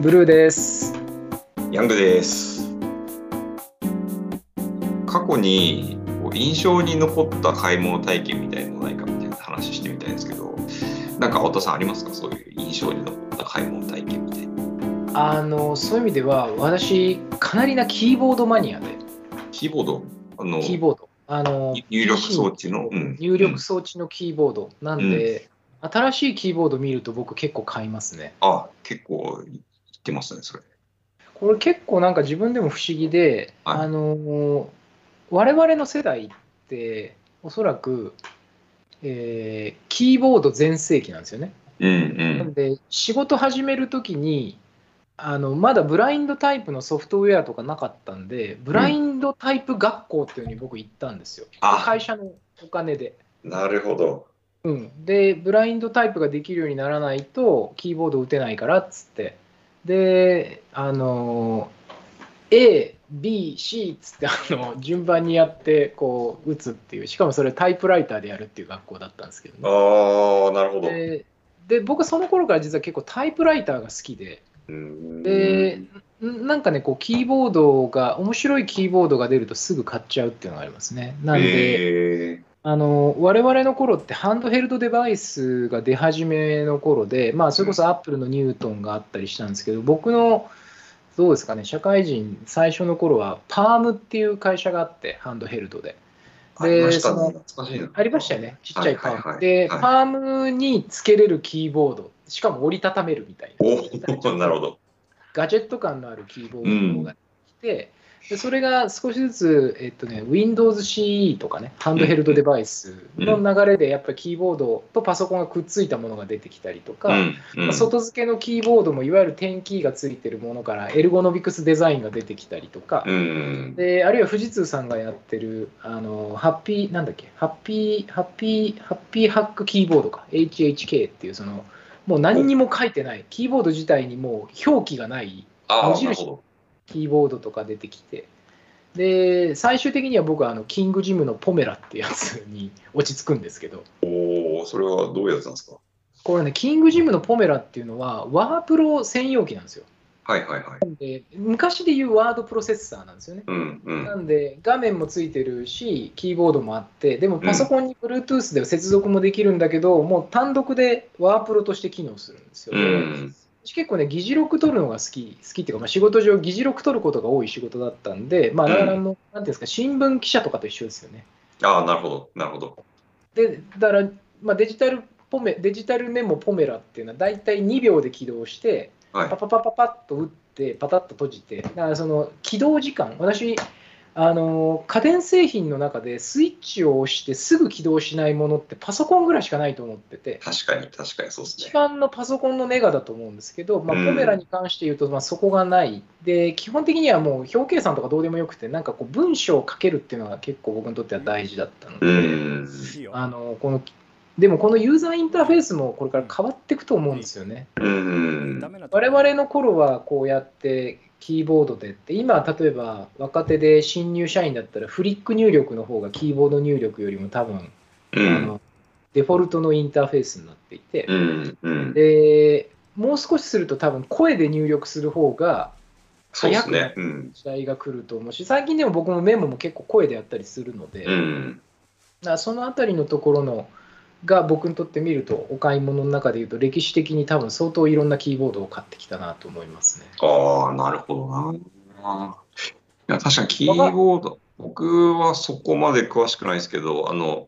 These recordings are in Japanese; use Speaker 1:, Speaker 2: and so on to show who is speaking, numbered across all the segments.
Speaker 1: ブルーです。
Speaker 2: ヤングです。過去にこう印象に残った買い物体験みたいのないかみたいな話してみたいんですけど、なんか、お父さんありますかそういう印象に残った買い物体験みたいな。
Speaker 1: あのそういう意味では私かなりなキーボードマニアで
Speaker 2: キーボードあの
Speaker 1: キーボードあの
Speaker 2: 入力装置の、うん
Speaker 1: 入力装置のキーボードなんで、新しいキーボード見ると僕結構買いますね。
Speaker 2: あ、結構いってますね、それ。
Speaker 1: これ結構なんか自分でも不思議で、
Speaker 2: はい
Speaker 1: あの我々の世代っておそらく、えーキーボード全盛期なんですよね。
Speaker 2: うんう
Speaker 1: なん
Speaker 2: ん。
Speaker 1: で仕事始めるときにあのまだブラインドタイプのソフトウェアとかなかったんでブラインドタイプ学校っていうのに僕行ったんですよ、
Speaker 2: あ、
Speaker 1: 会社のお金で。
Speaker 2: なるほど。
Speaker 1: うん、でブラインドタイプができるようにならないとキーボード打てないからっつってであの ABC っつってあの順番にやってこう打つっていうしかもそれタイプライターでやるっていう学校だったんですけどね。
Speaker 2: ああ、なるほど。
Speaker 1: でで僕その頃から実は結構タイプライターが好きで
Speaker 2: うん
Speaker 1: でんなんかねこうキーボードが面白いキーボードが出るとすぐ買っちゃうっていうのがありますねなんで、
Speaker 2: え
Speaker 1: あの我々の頃ってハンドヘルドデバイスが出始めの頃でまあそれこそアップルのニュートンがあったりしたんですけど僕のどうですかね社会人最初の頃はパームっていう会社があってハンドヘルドで
Speaker 2: ー、ありました
Speaker 1: その
Speaker 2: ね。懐かしいな。
Speaker 1: ありましたよね、ちっちゃいパーム。
Speaker 2: はいはいはい
Speaker 1: で、
Speaker 2: はい
Speaker 1: パームにつけれるキーボード、しかも折りたためるみたい
Speaker 2: お
Speaker 1: な、
Speaker 2: お、 なるほど。
Speaker 1: ガジェット感のあるキーボードができて、でそれが少しずつ、えっとね、Windows CE とかね、ハンドヘルドデバイスの流れで、やっぱりキーボードとパソコンがくっついたものが出てきたりとか、
Speaker 2: うんうん
Speaker 1: まあ外付けのキーボードもいわゆる点キーがついてるものから、エルゴノビクスデザインが出てきたりとか、
Speaker 2: うん
Speaker 1: であるいは富士通さんがやってるあのハッピーなんだっけハッピーハッピーハッピーハックキーボードか HHK っていうそのもう何にも書いてないキーボード自体にもう表記がない
Speaker 2: あ
Speaker 1: 無
Speaker 2: あ、
Speaker 1: 印
Speaker 2: なるほど。
Speaker 1: キーボードとか出てきてで最終的には僕はあのキングジムのポメラってやつに落ち着くんですけど
Speaker 2: おお、それはどういうやつなんですか
Speaker 1: これねキングジムのポメラっていうのはワープロ専用機なんですよ
Speaker 2: はいはいはい。
Speaker 1: で昔でいうワードプロセッサーなんですよね
Speaker 2: うんうん。
Speaker 1: なんで画面もついてるしキーボードもあってでもパソコンに Bluetooth では接続もできるんだけど、もう単独でワープロとして機能するんですよ、
Speaker 2: う
Speaker 1: ね
Speaker 2: ん。
Speaker 1: 私結構ね議事録取るのが好き好きっていうか、まあ、仕事上議事録取ることが多い仕事だったんでまあ
Speaker 2: うん
Speaker 1: だからあの、なんていうんですか新聞記者とかと一緒ですよね
Speaker 2: ああ、なるほど。なるほど。
Speaker 1: でだから、まあ、デジタルポメデジタルメモポメラっていうのは大体2秒で起動して
Speaker 2: はい
Speaker 1: パ。パパパパッと打ってパタッと閉じてだからその起動時間私あの家電製品の中でスイッチを押してすぐ起動しないものってパソコンぐらいしかないと思ってて
Speaker 2: 確かに、確かにそうです
Speaker 1: 一
Speaker 2: ね。
Speaker 1: 番のパソコンのメガだと思うんですけど、まあ、
Speaker 2: うん
Speaker 1: ポメラに関して言うと、まあ、そこがないで基本的にはもう表計算とかどうでもよくてなんかこう文章を書けるっていうのが結構僕にとっては大事だったので、
Speaker 2: うん。
Speaker 1: あのこのでもこのユーザーインターフェースもこれから変わっていくと思うんですよね。
Speaker 2: うん。
Speaker 1: 我々の頃はこうやってキーボードでって今例えば若手で新入社員だったらフリック入力の方がキーボード入力よりも多分、
Speaker 2: う
Speaker 1: あ
Speaker 2: ん。
Speaker 1: のデフォルトのインターフェースになっていて、
Speaker 2: うん。うん。
Speaker 1: でもう少しすると多分声で入力する方が
Speaker 2: そうです
Speaker 1: 早
Speaker 2: ね
Speaker 1: く。
Speaker 2: うん。
Speaker 1: 時代が来ると思うし最近でも僕もメモも結構声でやったりするので、
Speaker 2: う
Speaker 1: だ
Speaker 2: ん。
Speaker 1: からそのあたりのところのが僕にとって見るとお買い物の中でいうと歴史的に多分相当いろんなキーボードを買ってきたなと思いますね。
Speaker 2: ああ、なるほどな。いや、確かにキーボード、僕はそこまで詳しくないですけど、あの、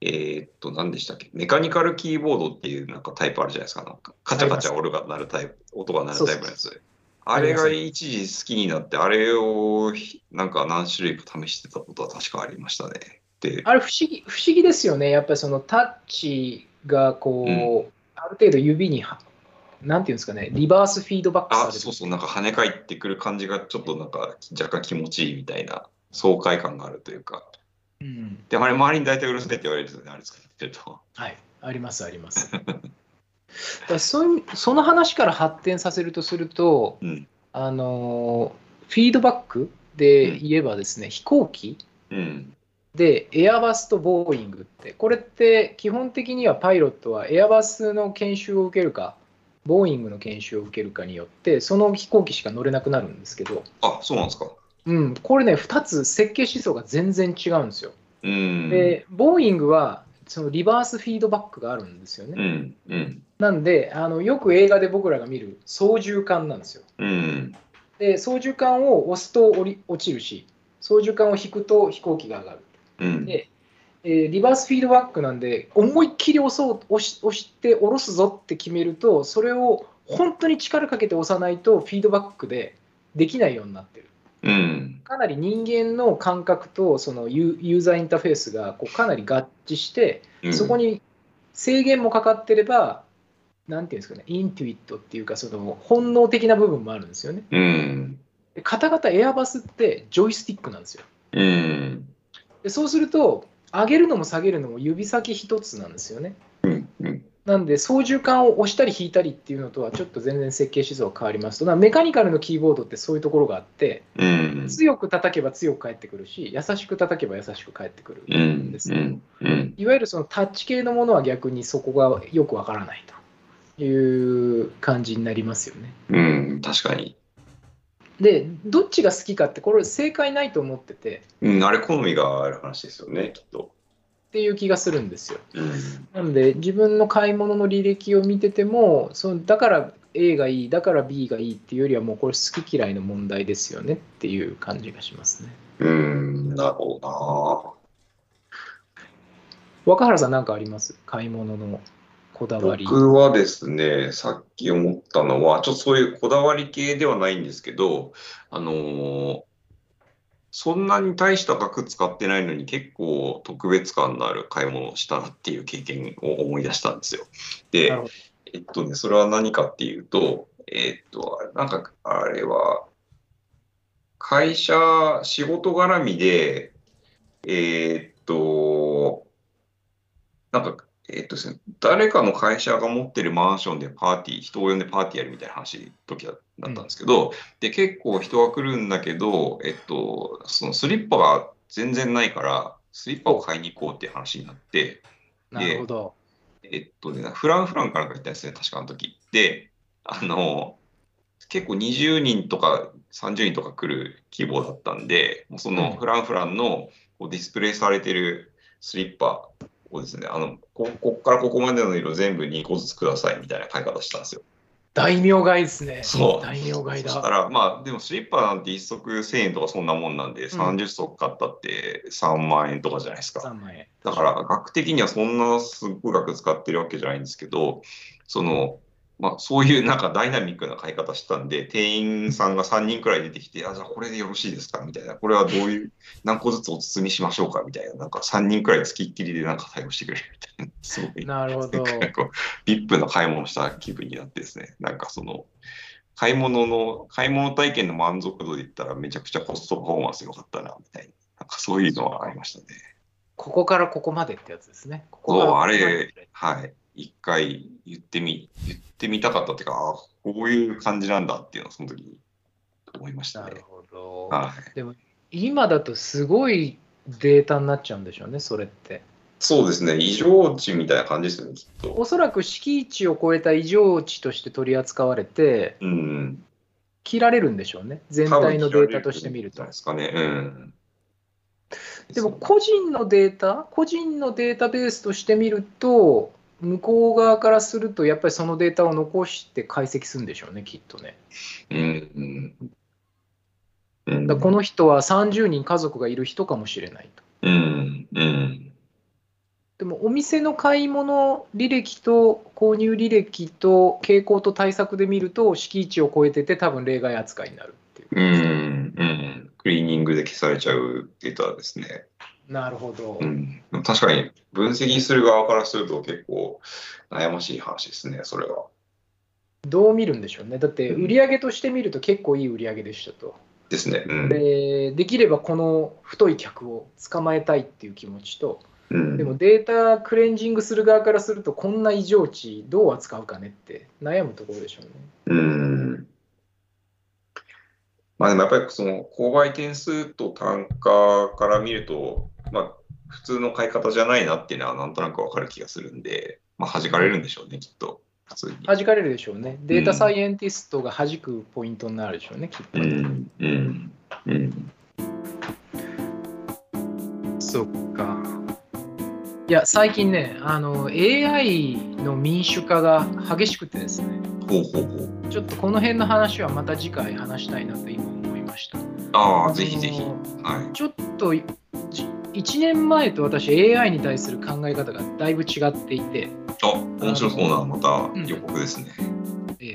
Speaker 2: えーっと、何でしたっけメカニカルキーボードっていうなんかタイプあるじゃないですか。なんかカチャカチャ音が鳴るタイプ、音が鳴るタイプのや
Speaker 1: そ
Speaker 2: つ。あれ
Speaker 1: あ
Speaker 2: が
Speaker 1: り
Speaker 2: 一時好きになって、あれをひなんか何種類か試してたことは確かありましたね。で、
Speaker 1: あれ不思議不思議ですよね、やっぱりそのタッチがこう、ある程度指には、なんていうんですかね、リバースフィードバックされ
Speaker 2: あ、
Speaker 1: る
Speaker 2: そうそう、なんか跳ね返ってくる感じがちょっとなんか若干気持ちいいみたいな爽快感があるというか。
Speaker 1: うん
Speaker 2: で、あれ周りに大体うるせえって言われるんですよね、あれ作ってると。
Speaker 1: はい、あります、あります。だからそういうその話から発展させるとすると、
Speaker 2: うん
Speaker 1: あのーフィードバックで言えばですね、飛行機
Speaker 2: うん。
Speaker 1: でエアバスとボーイングって、これって基本的にはパイロットはエアバスの研修を受けるか、ボーイングの研修を受けるかによって、その飛行機しか乗れなくなるんですけど、
Speaker 2: あ、そうなんですか。
Speaker 1: うん、これね、2つ設計思想が全然違うんですよ。
Speaker 2: うん。
Speaker 1: で、ボーイングはそのリバースフィードバックがあるんですよね。
Speaker 2: うん、うん、
Speaker 1: なんであの、よく映画で僕らが見る操縦桿なんですよ。
Speaker 2: うん、
Speaker 1: で、操縦桿を押すと降り落ちるし、操縦桿を引くと飛行機が上がる。
Speaker 2: うん。
Speaker 1: でえーリバースフィードバックなんで、思いっきり押そう押し押して下ろすぞって決めると、それを本当に力かけて押さないと、フィードバックでできないようになってる。
Speaker 2: うん、
Speaker 1: かなり人間の感覚とそのユユーザーインターフェースがこうかなり合致して、
Speaker 2: うん
Speaker 1: そこに制限もかかってれば、なんていうんですかね、インテュイットっていうか、その本能的な部分もあるんですよね。
Speaker 2: うん、
Speaker 1: で方々エアバスってジョイスティックなんですよ。
Speaker 2: うん、
Speaker 1: でそうすると、上げるのも下げるのも指先一つなんですよね。
Speaker 2: うん、うん、
Speaker 1: なんで、操縦桿を押したり引いたりっていうのとは、ちょっと全然設計思想が変わりますと、だからメカニカルのキーボードってそういうところがあって、
Speaker 2: うん、
Speaker 1: 強く叩けば強く返ってくるし、優しく叩けば優しく返ってくる
Speaker 2: うんん
Speaker 1: です
Speaker 2: う
Speaker 1: よ
Speaker 2: んうん
Speaker 1: いわゆるそのタッチ系のものは逆にそこがよくわからないという感じになりますよね。
Speaker 2: うん確かに。
Speaker 1: で、どっちが好きかって、これ正解ないと思ってて
Speaker 2: うん、あれ、好みがある話ですよね、きっと。
Speaker 1: っていう気がするんですよ。
Speaker 2: うん、
Speaker 1: なんで自分の買い物の履歴を見ててもそのだから A がいいだから B がいいっていうよりはもうこれ好き嫌いの問題ですよねっていう感じがしますね。
Speaker 2: うん、なるほど
Speaker 1: 若原さん何かあります買い物のこだわ
Speaker 2: な。
Speaker 1: り。
Speaker 2: 僕はですね、さっき思ったのは、ちょっとそういうこだわり系ではないんですけど、あのーそんなに大した額使ってないのに結構特別感のある買い物をしたなっていう経験を思い出したんですよ。で、
Speaker 1: なるほど
Speaker 2: えっとね、それは何かっていうと、えっと、あれなんか、あれは、会社、仕事絡みで、えっと、なんか、えっとですね、誰かの会社が持ってるマンションでパーティー、人を呼んでパーティーやるみたいな話、時だだったんですけど、で、結構人が来るんだけど、えっと、そのスリッパが全然ないから、スリッパを買いに行こうっていう話になって、
Speaker 1: なるほど。
Speaker 2: えっとね、フランフランかなんか行ったんですね、確かあの時。で、あの、結構20人とか30人とか来る規模だったんで、もうそ
Speaker 1: うん
Speaker 2: のフランフランのこうディスプレイされてるスリッパをですね、あの、ここっからここまでの色全部2個ずつくださいみたいな買い方したんですよ。
Speaker 1: 大名買いですね。
Speaker 2: そう
Speaker 1: 大名買い
Speaker 2: そした
Speaker 1: だ。
Speaker 2: ら、まあ、でもスリッパなんて1足1000円とかそんなもんなんで、30足買ったって3万円とかじゃないですか。
Speaker 1: 3万円。
Speaker 2: だから、額的にはそんなすっごい額使ってるわけじゃないんですけど、その、まあ、そういうなんかダイナミックな買い方したんで、店員さんが3人くらい出てきて、あ、じゃあこれでよろしいですかみたいな、これはどういう、何個ずつお包みしましょうかみたいな、なんか3人くらい付きっきりでなんか対応してくれるみたいな、すごい、
Speaker 1: なるほど。
Speaker 2: なんかこう、VIP の買い物した気分になってですね、なんかその、買い物の、買い物体験の満足度で言ったら、めちゃくちゃコストパフォーマンス良かったな、みたいな、なんかそういうのはありましたね。
Speaker 1: ここからここまでってやつですね。ここ
Speaker 2: そう、あ
Speaker 1: からここまで
Speaker 2: れ、はい。一回言ってみ、言ってみたかったっていうか、あこういう感じなんだっていうのをその時に思いました
Speaker 1: なる
Speaker 2: ね。
Speaker 1: ほど。
Speaker 2: はい。
Speaker 1: 今だとすごいデータになっちゃうんでしょうね、それって。
Speaker 2: そうですね。異常値みたいな感じですよね、きっと。
Speaker 1: おそらく敷地を超えた異常値として取り扱われて、
Speaker 2: うん。
Speaker 1: 切られるんでしょうね、全体のデータとして見ると
Speaker 2: じゃない。ですかね。うん。
Speaker 1: でも個人のデータ、個人のデータベースとして見ると、向こう側からすると、やっぱりそのデータを残して解析するんでしょうね、きっとね。
Speaker 2: うん。うん。
Speaker 1: だからこの人は30人家族がいる人かもしれないと。
Speaker 2: うん。うん。
Speaker 1: でもお店の買い物履歴と購入履歴と傾向と対策で見ると敷地を超えてて多分例外扱いになるっていう。
Speaker 2: うん。うん。クリーニングで消されちゃうデータですね。
Speaker 1: なるほど
Speaker 2: う。ん、確かに分析する側からすると結構悩ましい話ですね、それは。
Speaker 1: どう見るんでしょうね。だって
Speaker 2: うん
Speaker 1: 売上として見ると結構いい売上でしたと。
Speaker 2: ですね。うん。
Speaker 1: でできればこの太い客を捕まえたいっていう気持ちと
Speaker 2: うん、
Speaker 1: でもデータクレンジングする側からするとこんな異常値どう扱うかねって悩むところでしょうね。
Speaker 2: うん。まあでもやっぱりその購買点数と単価から見ると、まあ普通の買い方じゃないなっていうのはなんとなくわかる気がするんで、まあ弾かれるんでしょうね、きっと。通に。
Speaker 1: 弾かれるでしょうね。データサイエンティストが弾くポイントになるでしょうね、きっと
Speaker 2: う
Speaker 1: ね。
Speaker 2: ん、うん、うん。
Speaker 1: そっか。いや、最近ね、あの、AI の民主化が激しくてですね、
Speaker 2: ほうほうほう。
Speaker 1: ちょっとこの辺の話はまた次回話したいなと今思いました。
Speaker 2: ああ、ぜひぜひ。
Speaker 1: あの
Speaker 2: はい。
Speaker 1: ちょっといじ1年前と私 AI に対する考え方がだいぶ違っていて、
Speaker 2: あ、面白そうな、また予告ですね。
Speaker 1: えー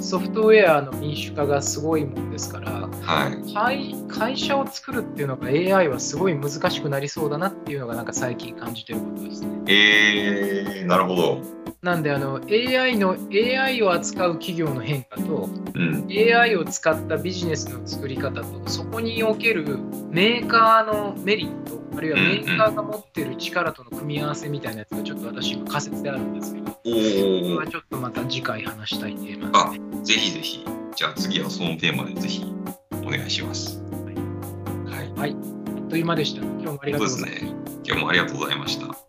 Speaker 1: ソフトウェアの民主化がすごいもんですから
Speaker 2: はい。
Speaker 1: 会会社を作るっていうのが AI はすごい難しくなりそうだなっていうのがなんか最近感じてることですね。
Speaker 2: えー、なるほど。
Speaker 1: なんであの AI の AI を扱う企業の変化と
Speaker 2: うん。
Speaker 1: AI を使ったビジネスの作り方とそこにおけるメーカーのメリットあるいはメーカーが持ってる力との組み合わせみたいなやつがちょっと私今仮説であるんですけど。
Speaker 2: お
Speaker 1: これ
Speaker 2: ー
Speaker 1: は。ちょっとまた次回話したいテーマ
Speaker 2: あ、ぜひぜひ。じゃあ次はそのテーマでぜひお願いします。はい。
Speaker 1: あっという間でした。今日もありが
Speaker 2: そ
Speaker 1: と
Speaker 2: う
Speaker 1: う
Speaker 2: で
Speaker 1: ござい
Speaker 2: す
Speaker 1: ます。
Speaker 2: ね。今日もありがとうございました。